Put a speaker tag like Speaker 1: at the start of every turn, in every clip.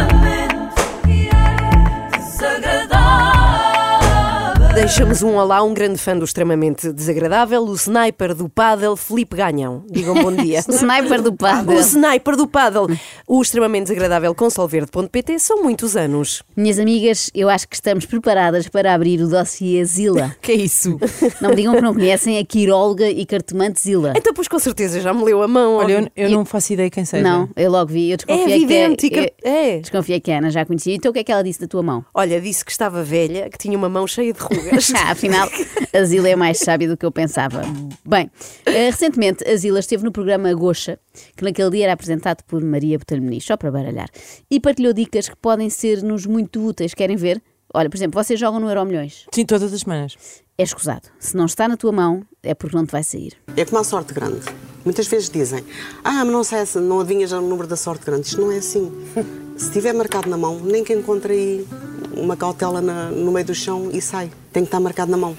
Speaker 1: Extremamente desagradável.
Speaker 2: Deixamos um olá a um grande fã do extremamente desagradável, o sniper do paddle, Felipe Ganhão. Digam bom dia.
Speaker 3: O sniper do
Speaker 2: o
Speaker 3: Padre.
Speaker 2: sniper do paddle, o extremamente desagradável com solverde.pt são muitos anos.
Speaker 3: Minhas amigas, eu acho que estamos preparadas para abrir o dossiê Zila.
Speaker 2: Que é isso?
Speaker 3: Não me digam que não conhecem a quiróloga e cartomante Zila.
Speaker 2: Então, pois com certeza já me leu a mão.
Speaker 4: Olha, eu,
Speaker 2: óbvio.
Speaker 4: eu não faço ideia quem seja.
Speaker 3: Não, eu logo vi, eu
Speaker 2: É
Speaker 3: desconfiei
Speaker 2: evidente,
Speaker 3: que,
Speaker 2: que-
Speaker 3: eu-
Speaker 2: é.
Speaker 3: Desconfiei que a Ana já conhecia. Então o que é que ela disse da tua mão?
Speaker 2: Olha, disse que estava velha, que tinha uma mão cheia de rugas.
Speaker 3: Ah, afinal, a Zila é mais sábia do que eu pensava. Bem, eh, recentemente a Zila esteve no programa Goxa, que naquele dia era apresentado por Maria Botelho Muniz, só para baralhar, e partilhou dicas que podem ser-nos muito úteis. Querem ver? Olha, por exemplo, vocês jogam no Euro Milhões.
Speaker 4: Sim, todas as semanas.
Speaker 3: É escusado. Se não está na tua mão, é porque não te vai sair.
Speaker 5: É como a sorte grande. Muitas vezes dizem, ah, mas não, sei, se não adivinhas o número da sorte grande. Isto não é assim. Se tiver marcado na mão, nem que encontre aí uma cautela na- no meio do chão e sai. Tem que estar marcado na mão.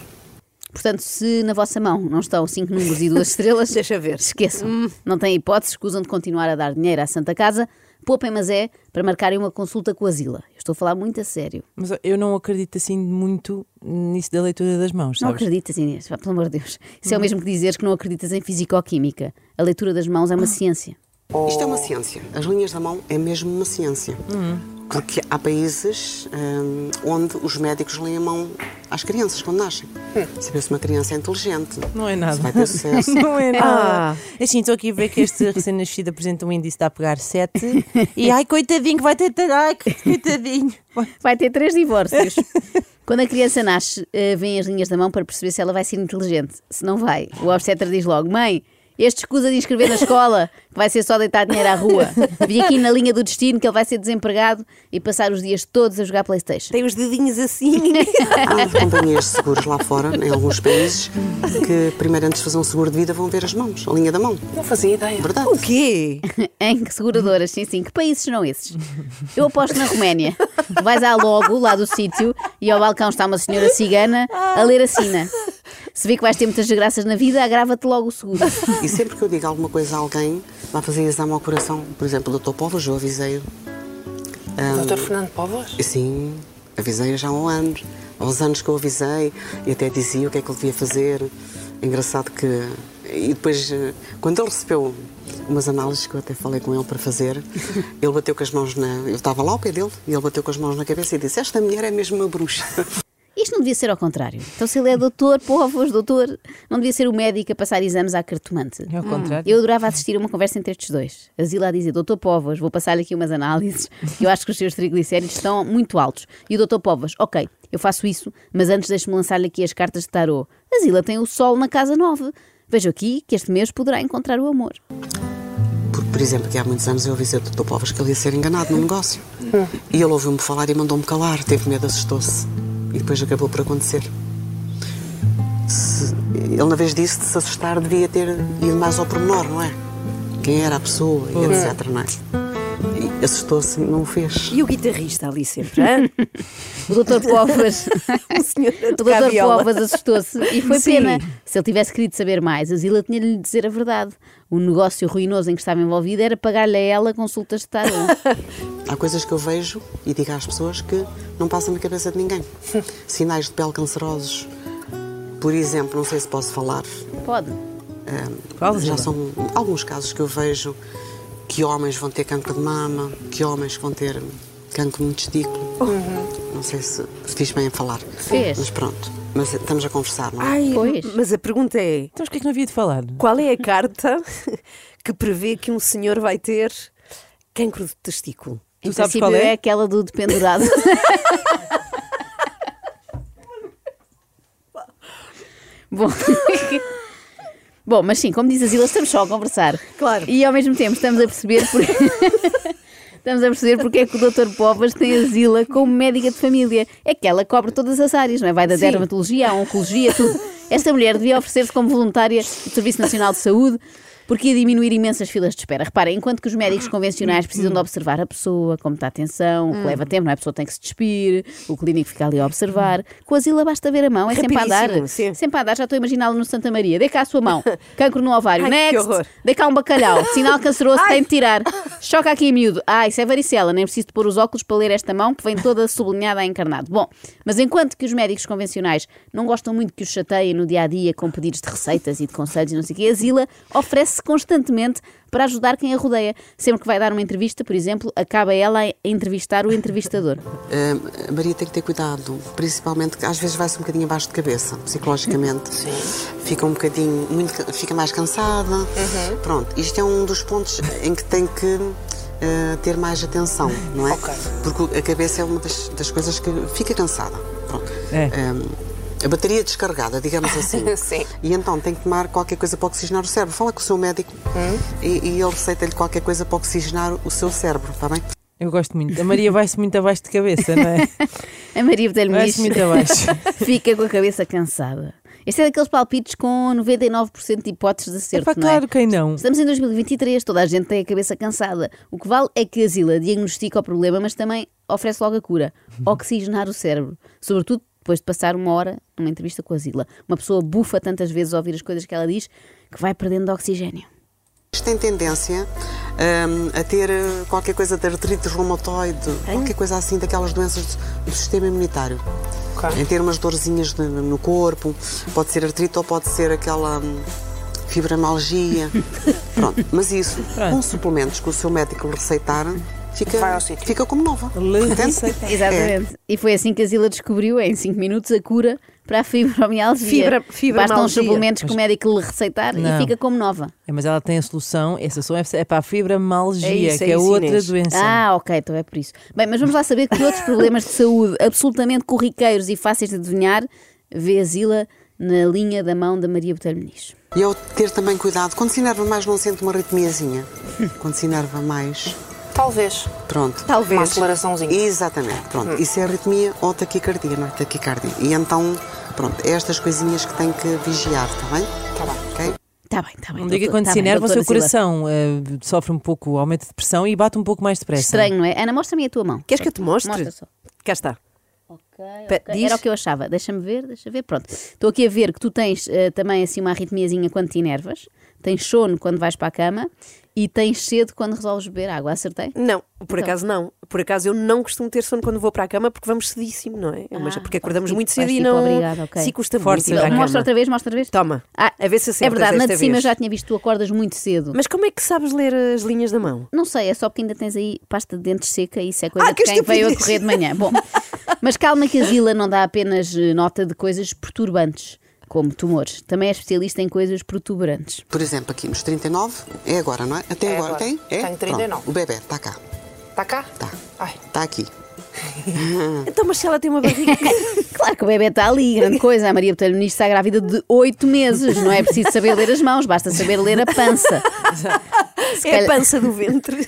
Speaker 3: Portanto, se na vossa mão não estão cinco números e duas estrelas,
Speaker 2: Deixa ver. Hum.
Speaker 3: Esqueçam. Não têm hipótese, escusam de continuar a dar dinheiro à Santa Casa. Poupem, mas é para marcarem uma consulta com a Zila. Eu estou a falar muito a sério.
Speaker 4: Mas eu não acredito assim muito nisso da leitura das mãos,
Speaker 3: Não
Speaker 4: sabes?
Speaker 3: acreditas, Inês, vá, pelo amor de Deus. Isso é
Speaker 2: Hum.
Speaker 3: o mesmo que dizeres que não acreditas em fisicoquímica. A leitura das mãos é
Speaker 2: Ah.
Speaker 3: uma ciência.
Speaker 4: Oh.
Speaker 5: Isto é uma ciência. As linhas da mão é mesmo uma ciência.
Speaker 4: Hum.
Speaker 5: Porque há países hum, onde os médicos leem a mão às crianças quando nascem. Saber se uma criança é inteligente.
Speaker 4: Hum. Não é nada.
Speaker 5: Se vai ter sucesso.
Speaker 4: Não é
Speaker 3: Ah.
Speaker 4: nada. Assim, estou aqui a ver que este recém-nascido apresenta um índice de a pegar 7. E ai, coitadinho, que vai ter. Ai, que coitadinho. então, Vai.
Speaker 3: Vai ter três divórcios. Quando a criança nasce, eh, vêm as linhas da mão para perceber se ela vai ser inteligente. Se não vai, o obstetra diz logo: Mãe, este escusa de inscrever na escola, que vai ser só deitar dinheiro à rua. Vi aqui na linha do destino que ele vai ser desempregado e passar os dias todos a jogar Playstation.
Speaker 2: Tem os dedinhos assim.
Speaker 5: Há companhias de seguros lá fora, em alguns países, que primeiro antes de fazer um seguro de vida vão ver as mãos, a linha da mão. Não fazia ideia. Verdade.
Speaker 2: o quê?
Speaker 3: Em que seguradoras, sim, sim. Que países serão esses? Eu aposto na Roménia. Vais à logo, lá do sítio, e ao balcão está uma senhora cigana a ler a sina. Se vê que vais ter muitas desgraças na vida, agrava-te logo o seguro.
Speaker 5: E sempre que eu digo alguma coisa a alguém, vai fazer exame ao coração. Por exemplo, o Dr. Povas, eu avisei-o.
Speaker 6: Doutor Fernando Povas?
Speaker 5: E Sim, avisei-o já há um ano. Há uns anos que eu avisei e até dizia o que é que ele devia fazer. Engraçado que. E depois, eh, quando ele recebeu umas análises que eu até falei com ele para fazer, ele bateu com as mãos na. Eu estava lá ao pé dele e ele bateu com as mãos na cabeça e disse: Esta mulher é mesmo uma bruxa.
Speaker 3: Isto não devia ser ao contrário. Então, se ele é doutor, povos, doutor, não devia ser o médico a passar exames à cartomante.
Speaker 4: É ao contrário.
Speaker 3: Eu adorava assistir a uma conversa entre estes dois. A Zila a dizer, doutor Povas, vou passar-lhe aqui umas análises, que eu acho que os seus triglicéridos estão muito altos. E o doutor Povas, ok, eu faço isso, mas antes deixe-me lançar-lhe aqui as cartas de tarô. A Zila tem o sol na casa 9. Vejo aqui que este mês poderá encontrar o amor.
Speaker 5: Porque, por exemplo, que há muitos anos eu avisei o Dr. Povas que ele ia ser enganado num negócio. E ele ouviu-me falar e mandou-me calar, teve medo, assustou-se. E depois acabou por acontecer. Se- ele, na vez disso, de se assustar, devia ter ido mais ao pormenor, não é? Quem era a pessoa, e etc, não é? E assustou-se e não o fez.
Speaker 2: E o guitarrista ali sempre, hã?
Speaker 3: O doutor Povas...
Speaker 4: Um
Speaker 2: O senhor a
Speaker 3: O
Speaker 2: tocar
Speaker 3: doutor
Speaker 2: viola.
Speaker 3: Povas assustou-se e foi
Speaker 2: Sim.
Speaker 3: pena. Se ele tivesse querido saber mais, a Zila tinha de lhe dizer a verdade. O negócio ruinoso em que estava envolvida era pagar-lhe a ela consultas de tarô.
Speaker 5: Há coisas que eu vejo e digo às pessoas que não passam na cabeça de ninguém. Sinais de pele cancerosos. Por exemplo, não sei se posso falar,
Speaker 3: Pode.
Speaker 4: Fala,
Speaker 5: já
Speaker 4: Zila.
Speaker 5: são alguns casos que eu vejo que homens vão ter cancro de mama, que homens vão ter cancro no testículo. Não sei se fiz bem a falar.
Speaker 3: Fez.
Speaker 5: Mas pronto. Mas estamos a conversar, não é?
Speaker 2: Ai,
Speaker 3: Pois.
Speaker 2: mas a pergunta é:
Speaker 4: Então, o que é que não havia de falar?
Speaker 2: qual é a carta que prevê que um senhor vai ter cancro de testículo?
Speaker 3: Em
Speaker 4: Tu sabes
Speaker 3: princípio
Speaker 4: qual é?
Speaker 3: aquela do dependurado. Bom. Bom, mas sim, como diz a Zila, estamos só a conversar.
Speaker 2: Claro.
Speaker 3: E ao mesmo tempo estamos a perceber por... Estamos a perceber porque é que o Dr. Povas tem a Zila como médica de família. É que ela cobre todas as áreas, não é? Vai da dermatologia à oncologia, tudo. Esta mulher devia oferecer-se como voluntária do Serviço Nacional de Saúde. Porque ia diminuir imensas filas de espera. Reparem, enquanto que os médicos convencionais precisam de
Speaker 2: Hum.
Speaker 3: observar a pessoa, como está a atenção, o que leva tempo, não é? A pessoa tem que se despir, o clínico fica ali a observar. Com a Zila basta ver a mão, é sempre a
Speaker 2: Rapidíssimo,
Speaker 3: andar.
Speaker 2: sim.
Speaker 3: Sempre a andar, já estou a imaginá-lo no Santa Maria. Dê cá a sua mão. Cancro no ovário.
Speaker 2: Ai, que
Speaker 3: Next.
Speaker 2: horror.
Speaker 3: Dê cá um bacalhau. Sinal canceroso, tem de tirar. Choca aqui, miúdo. Ah, isso é varicela. Nem preciso de pôr os óculos para ler esta mão que vem toda sublinhada a encarnado. Bom, mas enquanto que os médicos convencionais não gostam muito que os chateiem no dia a dia com pedidos de receitas e de conselhos e não sei o quê, a Zila oferece-se constantemente para ajudar quem a rodeia. Sempre que vai dar uma entrevista, por exemplo, acaba ela a entrevistar o entrevistador.
Speaker 5: Ah, a Maria tem que ter cuidado, principalmente que às vezes vai-se um bocadinho abaixo de cabeça, psicologicamente. Sim. Fica um bocadinho, muito, ca- fica mais cansada.
Speaker 6: Uhum.
Speaker 5: Pronto, isto é um dos pontos em que tem que ah, ter mais atenção, não é?
Speaker 6: Ok.
Speaker 5: Porque a cabeça é uma das, das coisas que fica cansada. Pronto.
Speaker 4: É.
Speaker 5: Ah, a bateria descarregada, digamos assim.
Speaker 6: Sim.
Speaker 5: E então tem que tomar qualquer coisa para oxigenar o cérebro. Fala com o seu médico
Speaker 6: Hum?
Speaker 5: e, e ele receita-lhe qualquer coisa para oxigenar o seu cérebro, está bem?
Speaker 4: Eu gosto muito. A Maria vai-se muito abaixo de cabeça, não é?
Speaker 3: A Maria Botelho
Speaker 4: Vai-se
Speaker 3: Muniz
Speaker 4: muito abaixo.
Speaker 3: fica com a cabeça cansada. Este é daqueles palpites com 99% de hipóteses de acerto,
Speaker 4: Epá,
Speaker 3: não é?
Speaker 4: claro, quem não?
Speaker 3: Estamos em 2023, toda a gente tem a cabeça cansada. O que vale é que a Zila diagnostica o problema, mas também oferece logo a cura. Oxigenar o cérebro. Sobretudo depois de passar uma hora numa entrevista com a Zila. Uma pessoa bufa tantas vezes a ouvir as coisas que ela diz que vai perdendo de oxigênio.
Speaker 5: Isto tem tendência hum, a ter eh, qualquer coisa de artrite reumatoide, qualquer coisa assim daquelas doenças do, do sistema imunitário.
Speaker 6: Ok.
Speaker 5: Em ter umas dorzinhas de- no corpo, pode ser artrite ou pode ser aquela hum, fibromialgia. Pronto, mas isso, com suplementos que o seu médico lhe receitar,
Speaker 6: Vai
Speaker 5: fica,
Speaker 6: ao sítio.
Speaker 5: fica como nova. é,
Speaker 4: Lhe
Speaker 5: Entende?
Speaker 4: receitar.
Speaker 2: É.
Speaker 3: Exatamente. E foi assim que a Zila descobriu, em 5 minutos, a cura para a fibromialgia.
Speaker 2: Fibra- fibromialgia.
Speaker 3: Bastam os suplementos que o médico lhe receitar
Speaker 4: Não.
Speaker 3: e fica como nova.
Speaker 4: É, mas ela tem a solução. Essa solução é para a fibromialgia,
Speaker 2: É isso, é
Speaker 4: que é
Speaker 2: isso,
Speaker 4: outra
Speaker 2: Inês.
Speaker 4: doença.
Speaker 3: Ah, ok, então é por isso. Bem, mas vamos lá saber que outros problemas de saúde absolutamente corriqueiros e fáceis de adivinhar vê a Zila na linha da mão da Maria Botelho Muniz.
Speaker 5: E eu ter também cuidado, quando se enerva mais não sente uma arritmiazinha. Quando se enerva mais,
Speaker 6: Talvez.
Speaker 5: pronto.
Speaker 2: Talvez.
Speaker 6: Uma aceleraçãozinha.
Speaker 5: Exatamente, pronto. Isso é arritmia ou taquicardia, não é taquicardia. E então, pronto, é estas coisinhas que tem que vigiar, está bem?
Speaker 6: Tá
Speaker 5: Está bem.
Speaker 3: Está bem, está bem.
Speaker 4: Não diga
Speaker 3: doutor-
Speaker 4: quando
Speaker 3: tá
Speaker 4: se
Speaker 3: bem,
Speaker 4: enerva, o
Speaker 3: doutora
Speaker 4: seu
Speaker 3: Zila.
Speaker 4: coração eh, sofre um pouco, aumento de pressão e bate um pouco mais depressa.
Speaker 3: Estranho, não é? Ana, mostra-me a tua mão.
Speaker 2: Queres que eu te mostre?
Speaker 3: Mostra só.
Speaker 2: Cá está.
Speaker 3: Ok,
Speaker 2: Pa-
Speaker 3: ok.
Speaker 2: diz.
Speaker 3: Era o que eu achava. Deixa-me ver, deixa ver. Pronto. Estou aqui a ver que tu tens eh, também assim uma arritmiazinha quando te enervas, tens sono quando vais para a cama e tens sede quando resolves beber água. Acertei?
Speaker 2: Não, por
Speaker 3: Então.
Speaker 2: acaso não. Por acaso eu não costumo ter sono quando vou para a cama porque vamos cedíssimo, não é? Mas
Speaker 3: Ah,
Speaker 2: porque acordamos
Speaker 3: tipo-
Speaker 2: muito cedo
Speaker 3: vais
Speaker 2: e
Speaker 3: tipo
Speaker 2: não.
Speaker 3: obrigada, ok.
Speaker 2: Sim, custa
Speaker 4: Força
Speaker 2: muito ir
Speaker 4: da
Speaker 2: à
Speaker 4: cama.
Speaker 3: Mostra
Speaker 2: cama.
Speaker 3: outra vez, mostra outra vez.
Speaker 2: Toma.
Speaker 3: Ah,
Speaker 2: a ver se
Speaker 3: É
Speaker 2: acertas
Speaker 3: verdade, na
Speaker 2: desta
Speaker 3: de cima
Speaker 2: vez.
Speaker 3: já tinha visto que tu acordas muito cedo.
Speaker 2: Mas como é que sabes ler as linhas da mão?
Speaker 3: Não sei, é só porque ainda tens aí pasta de dentes seca e isso é coisa
Speaker 2: Ah,
Speaker 3: de
Speaker 2: que
Speaker 3: quem veio a
Speaker 2: estupidez.
Speaker 3: correr de manhã. Bom, mas calma que a Zila não dá apenas eh, nota de coisas perturbantes, como tumores. Também é especialista em coisas protuberantes.
Speaker 5: Por exemplo, aqui nos 39, é agora, não é? Até
Speaker 6: É
Speaker 5: agora,
Speaker 6: agora.
Speaker 5: tem? É?
Speaker 6: Tenho 39.
Speaker 5: Pronto, o bebê está cá,
Speaker 6: Está Tá cá?
Speaker 5: está.
Speaker 6: Ai.
Speaker 5: Está aqui.
Speaker 2: Então, mas se ela tem uma barriga.
Speaker 3: Claro que o bebê está ali, grande coisa. A Maria Botelho Muniz está grávida de oito meses. Não é preciso saber ler as mãos, basta saber ler a pança.
Speaker 2: é
Speaker 3: calhar-
Speaker 2: a pança do ventre.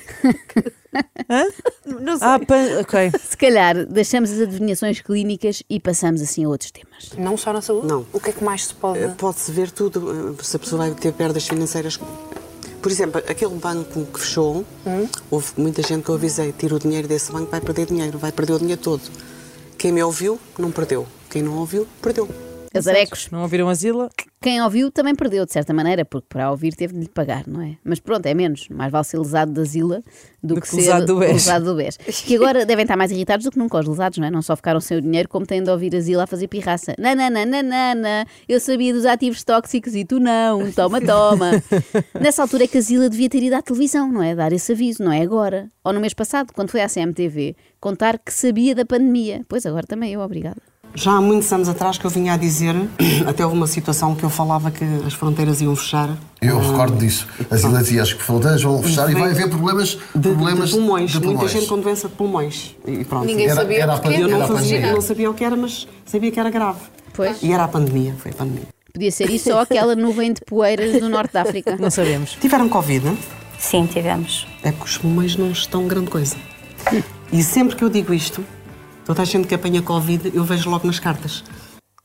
Speaker 2: Não sei.
Speaker 4: Ah, pan... ok.
Speaker 3: Se calhar deixamos as adivinhações clínicas e passamos assim a outros temas.
Speaker 6: Não só na saúde?
Speaker 5: Não.
Speaker 6: O que é que mais se pode.
Speaker 5: Eh, Pode-se ver tudo, eh, se a pessoa vai ter perdas financeiras. Por exemplo, aquele banco que fechou,
Speaker 6: Hum?
Speaker 5: houve muita gente que eu avisei, tira o dinheiro desse banco, vai perder dinheiro, vai perder o dinheiro todo. Quem me ouviu, não perdeu. Quem não ouviu, perdeu.
Speaker 3: Azarecos.
Speaker 4: Não ouviram a Zila?
Speaker 3: Quem ouviu também perdeu, de certa maneira, porque para ouvir teve de lhe pagar, não é? Mas pronto, é menos. Mais vale ser lesado da Zila do,
Speaker 4: Do
Speaker 3: que
Speaker 4: que
Speaker 3: ser
Speaker 4: lesado do BES.
Speaker 3: lesado do BES. Que agora devem estar mais irritados do que nunca os lesados, não é? Não só ficaram sem o dinheiro, como têm de ouvir a Zila a fazer pirraça. Nananana, eu sabia dos ativos tóxicos e tu não, toma, toma. Nessa altura é que a Zila devia ter ido à televisão, não é? Dar esse aviso, não é agora. Ou no mês passado, quando foi à CMTV, contar que sabia da pandemia. Pois agora também eu, obrigada.
Speaker 5: Já há muitos anos atrás que eu vinha a dizer, até houve uma situação que eu falava que as fronteiras iam fechar. Ah,
Speaker 7: Eu recordo disso. As ilhas e as fronteiras vão fechar e vai haver problemas,
Speaker 5: De, de
Speaker 7: problemas
Speaker 5: pulmões,
Speaker 7: de
Speaker 5: muita
Speaker 7: pulmões.
Speaker 5: gente com doença de pulmões. E pronto.
Speaker 6: Ninguém
Speaker 7: Era-
Speaker 6: sabia
Speaker 7: era a
Speaker 6: porquê.
Speaker 7: pandemia.
Speaker 5: Eu não,
Speaker 7: Era a
Speaker 5: fazia,
Speaker 7: pandemia.
Speaker 5: não sabia o que era, mas sabia que era grave.
Speaker 3: Pois.
Speaker 5: E era a pandemia, foi a pandemia.
Speaker 3: Podia ser isso ou aquela nuvem de poeiras do norte da África.
Speaker 4: Não sabemos.
Speaker 5: Tiveram Covid, não?
Speaker 8: Sim, tivemos.
Speaker 5: é que os pulmões não estão grande coisa. E sempre que eu digo isto, toda a gente que apanha Covid, eu vejo logo nas cartas.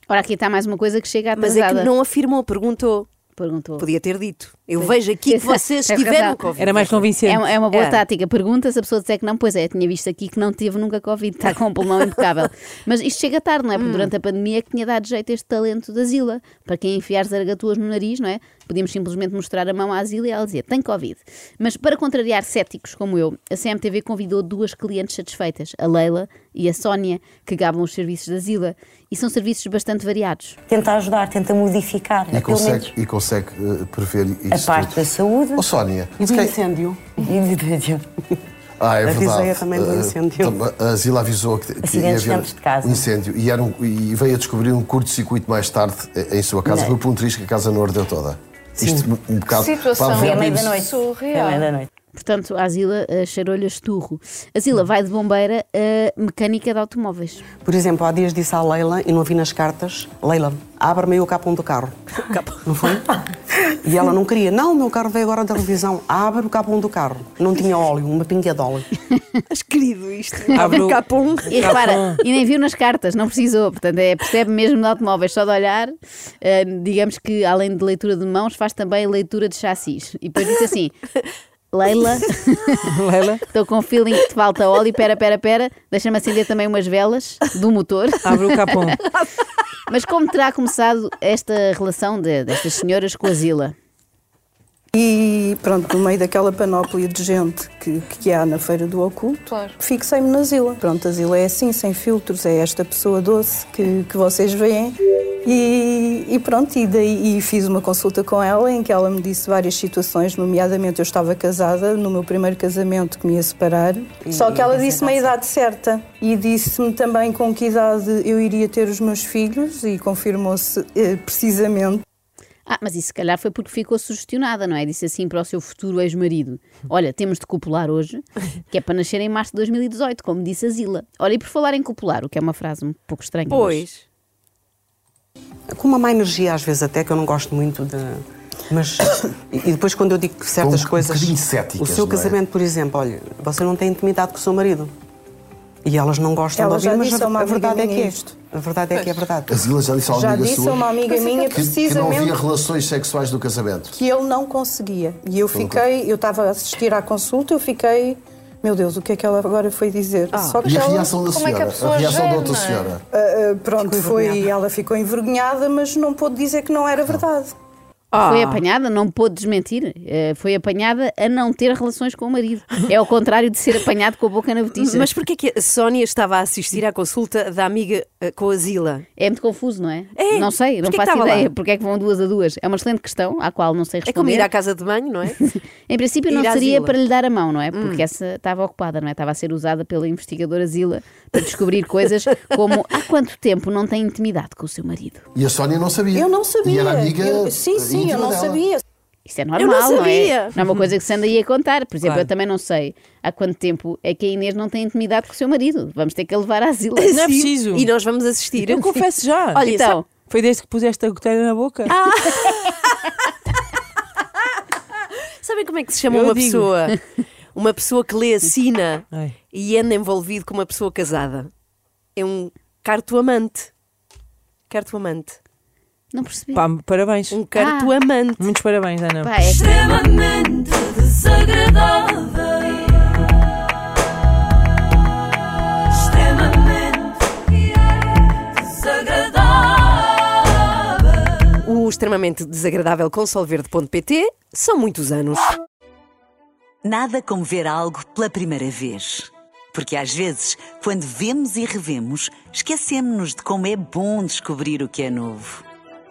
Speaker 3: Ora, aqui está mais uma coisa que chega
Speaker 2: Mas
Speaker 3: atrasada.
Speaker 2: é que não afirmou, perguntou.
Speaker 3: Perguntou.
Speaker 2: Podia ter dito. Eu vejo aqui que vocês
Speaker 3: Tens
Speaker 2: tiveram
Speaker 3: razão.
Speaker 2: Covid.
Speaker 4: Era mais convincente.
Speaker 3: É, uma- é uma boa
Speaker 2: É.
Speaker 3: tática. Pergunta se a pessoa disser que não, pois é, eu tinha visto aqui que não teve nunca Covid, está com um pulmão impecável. Mas isto chega tarde, não é?
Speaker 2: Hum.
Speaker 3: Porque durante a pandemia é que tinha dado jeito este talento da Zila. Para quem enfiar zargatuas no nariz, não é? Podíamos simplesmente mostrar a mão à Zila e ela dizia, tem Covid. Mas para contrariar céticos como eu, a CMTV convidou duas clientes satisfeitas, a Leila e a Sónia, que gabam os serviços da Zila. E são serviços bastante variados.
Speaker 8: Tenta ajudar, tenta modificar.
Speaker 7: E
Speaker 8: pelo
Speaker 7: consegue,
Speaker 8: menos
Speaker 7: e consegue eh, prever
Speaker 8: a
Speaker 7: isso
Speaker 8: parte
Speaker 7: tudo.
Speaker 8: da saúde.
Speaker 7: Ó Sónia,
Speaker 5: E do
Speaker 7: se calhar-
Speaker 5: incêndio?
Speaker 8: E de-
Speaker 7: Ah, é
Speaker 5: Avisei
Speaker 7: verdade.
Speaker 5: também do
Speaker 7: Eh,
Speaker 5: incêndio.
Speaker 7: tam- A Zila avisou que, que
Speaker 8: Acidentes dentro de casa.
Speaker 7: um incêndio e, era um, e veio a descobrir um curto-circuito mais tarde eh, em sua casa.
Speaker 8: Não.
Speaker 7: Foi por um triz que a casa não ardeu toda. Isto um- um bocado
Speaker 6: Situação.
Speaker 7: para
Speaker 8: Foi à
Speaker 7: ver-
Speaker 8: meia-da-noite. Foi à
Speaker 6: Surreal.
Speaker 8: meia-da-noite.
Speaker 3: Portanto, a Zila eh, cheirou-lhe a esturro. A Zila vai de bombeira a mecânica de automóveis.
Speaker 5: Por exemplo, há dias disse à Leila e não vi nas cartas: Leila, abre-me aí o capão do carro. Não foi? E ela não queria. Não, o meu carro veio agora da revisão. Abre o capão do carro. Não tinha óleo, uma pinga de óleo.
Speaker 2: Mas querido isto.
Speaker 4: Abro-
Speaker 2: Abre capa um.
Speaker 3: E repara, e nem viu nas cartas, não precisou. Portanto, é, percebe mesmo de automóveis, só de olhar. eh, digamos que, além de leitura de mãos, faz também leitura de chassis. E depois diz assim: Leila,
Speaker 4: Leila,
Speaker 3: estou com um feeling que te falta óleo. Pera, pera, pera. Deixa-me acender também umas velas do motor.
Speaker 4: abre o capão.
Speaker 3: Mas como terá começado esta relação de- destas senhoras com a Zila?
Speaker 9: E pronto, no meio daquela panóplia de gente que, que há na Feira do Oculto,
Speaker 6: Claro.
Speaker 9: fixei-me na Zila. Pronto, a Zila é assim, sem filtros, é esta pessoa doce que, que vocês veem. E, e pronto, e daí e fiz uma consulta com ela em que ela me disse várias situações, nomeadamente eu estava casada no meu primeiro casamento que me ia separar. Só que ela disse-me a idade certa e disse-me também com que idade eu iria ter os meus filhos e confirmou-se eh, precisamente.
Speaker 3: Ah, mas isso se calhar foi porque ficou sugestionada, não é? Disse assim para o seu futuro ex-marido: Olha, temos de copular hoje, que é para nascer em março de 2018, como disse a Zila. Olha, e por falar em copular, o que é uma frase um pouco estranha. mas-
Speaker 2: Pois.
Speaker 5: Com uma má energia, às vezes, até que eu não gosto muito de. Mas. E e depois, quando eu digo certas
Speaker 7: Estão um
Speaker 5: coisas.
Speaker 7: bocadinho céticas,
Speaker 5: o seu
Speaker 7: não é?
Speaker 5: casamento, por exemplo, olha, você não tem intimidade com o seu marido. E elas não gostam
Speaker 9: Ela
Speaker 5: de
Speaker 9: já
Speaker 5: ouvir, mas
Speaker 9: disse
Speaker 5: a,
Speaker 9: a uma
Speaker 5: a
Speaker 9: amiga
Speaker 5: verdade é
Speaker 9: minha
Speaker 5: que é.
Speaker 9: isto.
Speaker 5: A verdade é que é verdade.
Speaker 7: A Zila já disse a uma
Speaker 9: Já
Speaker 7: amiga
Speaker 9: disse
Speaker 7: sua
Speaker 9: a uma amiga minha
Speaker 7: que, que não
Speaker 9: precisamente
Speaker 7: havia relações sexuais no casamento.
Speaker 9: que ele não conseguia. E eu fiquei, eu estava a assistir à consulta, eu fiquei, meu Deus, o que é que ela agora foi dizer?
Speaker 5: Ah,
Speaker 9: Só que
Speaker 7: E a
Speaker 9: ela,
Speaker 7: reação da
Speaker 6: como é que a
Speaker 7: senhora?
Speaker 6: pessoa
Speaker 7: reação da
Speaker 6: gera,
Speaker 7: outra
Speaker 6: não é?
Speaker 7: senhora?
Speaker 9: ah, ah, pronto, foi, ela ficou envergonhada, mas não pôde dizer que não era verdade.
Speaker 2: Ah.
Speaker 3: Foi apanhada, não pôde desmentir. eh, foi apanhada a não ter relações com o marido. É ao contrário de ser apanhado com a boca na botija.
Speaker 2: Mas porquê que a Sónia estava a assistir à consulta da amiga eh, com a Zila?
Speaker 3: É muito confuso, não é?
Speaker 2: É.
Speaker 3: Não sei, não
Speaker 2: Porquê que
Speaker 3: faço
Speaker 2: estava lá?
Speaker 3: ideia porque é que vão duas a duas. É uma excelente questão à qual não sei
Speaker 2: É
Speaker 3: responder.
Speaker 2: como ir à casa de banho, não é?
Speaker 3: Em princípio não
Speaker 2: Ir à
Speaker 3: seria
Speaker 2: Zila. Hum.
Speaker 3: para lhe dar a mão, não é? Porque essa estava ocupada, não é? Estava a ser usada pela investigadora Zila para descobrir coisas como há quanto tempo não tem intimidade com o seu marido.
Speaker 7: E a Sónia não sabia.
Speaker 9: Eu não sabia.
Speaker 7: E era amiga.
Speaker 9: Eu- sim, sim, eu
Speaker 7: íntima
Speaker 9: não
Speaker 7: dela.
Speaker 9: sabia.
Speaker 3: Isso é normal,
Speaker 2: sabia.
Speaker 3: é? Não é uma coisa que se anda aí a contar. Por exemplo,
Speaker 4: Claro.
Speaker 3: eu também não sei há quanto tempo é que a Inês não tem intimidade com o seu marido. Vamos ter que a levar à Zila.
Speaker 4: Não é
Speaker 2: Sim.
Speaker 4: preciso.
Speaker 2: Assim, E nós vamos assistir.
Speaker 4: Eu confesso já.
Speaker 2: um Olha, Ah.
Speaker 3: Então.
Speaker 2: sabe-
Speaker 4: Foi desde que puseste a goteira na boca.
Speaker 2: sabem como é que se chama
Speaker 4: Eu
Speaker 2: uma
Speaker 4: digo.
Speaker 2: pessoa? Uma pessoa que lê a sina
Speaker 4: Ai.
Speaker 2: e anda envolvido com uma pessoa casada. É um cartoamante. Cartoamante. é
Speaker 3: Não percebi.
Speaker 4: Pá, parabéns.
Speaker 2: Um cartoamante.
Speaker 4: Muitos parabéns, Ana.
Speaker 3: Pá, é-
Speaker 1: extremamente desagradável. Extremamente desagradável.
Speaker 2: O extremamente desagradável com solverde.pt são muitos anos.
Speaker 10: Nada como ver algo pela primeira vez. Porque às vezes, quando vemos e revemos, esquecemos-nos de como é bom descobrir o que é novo.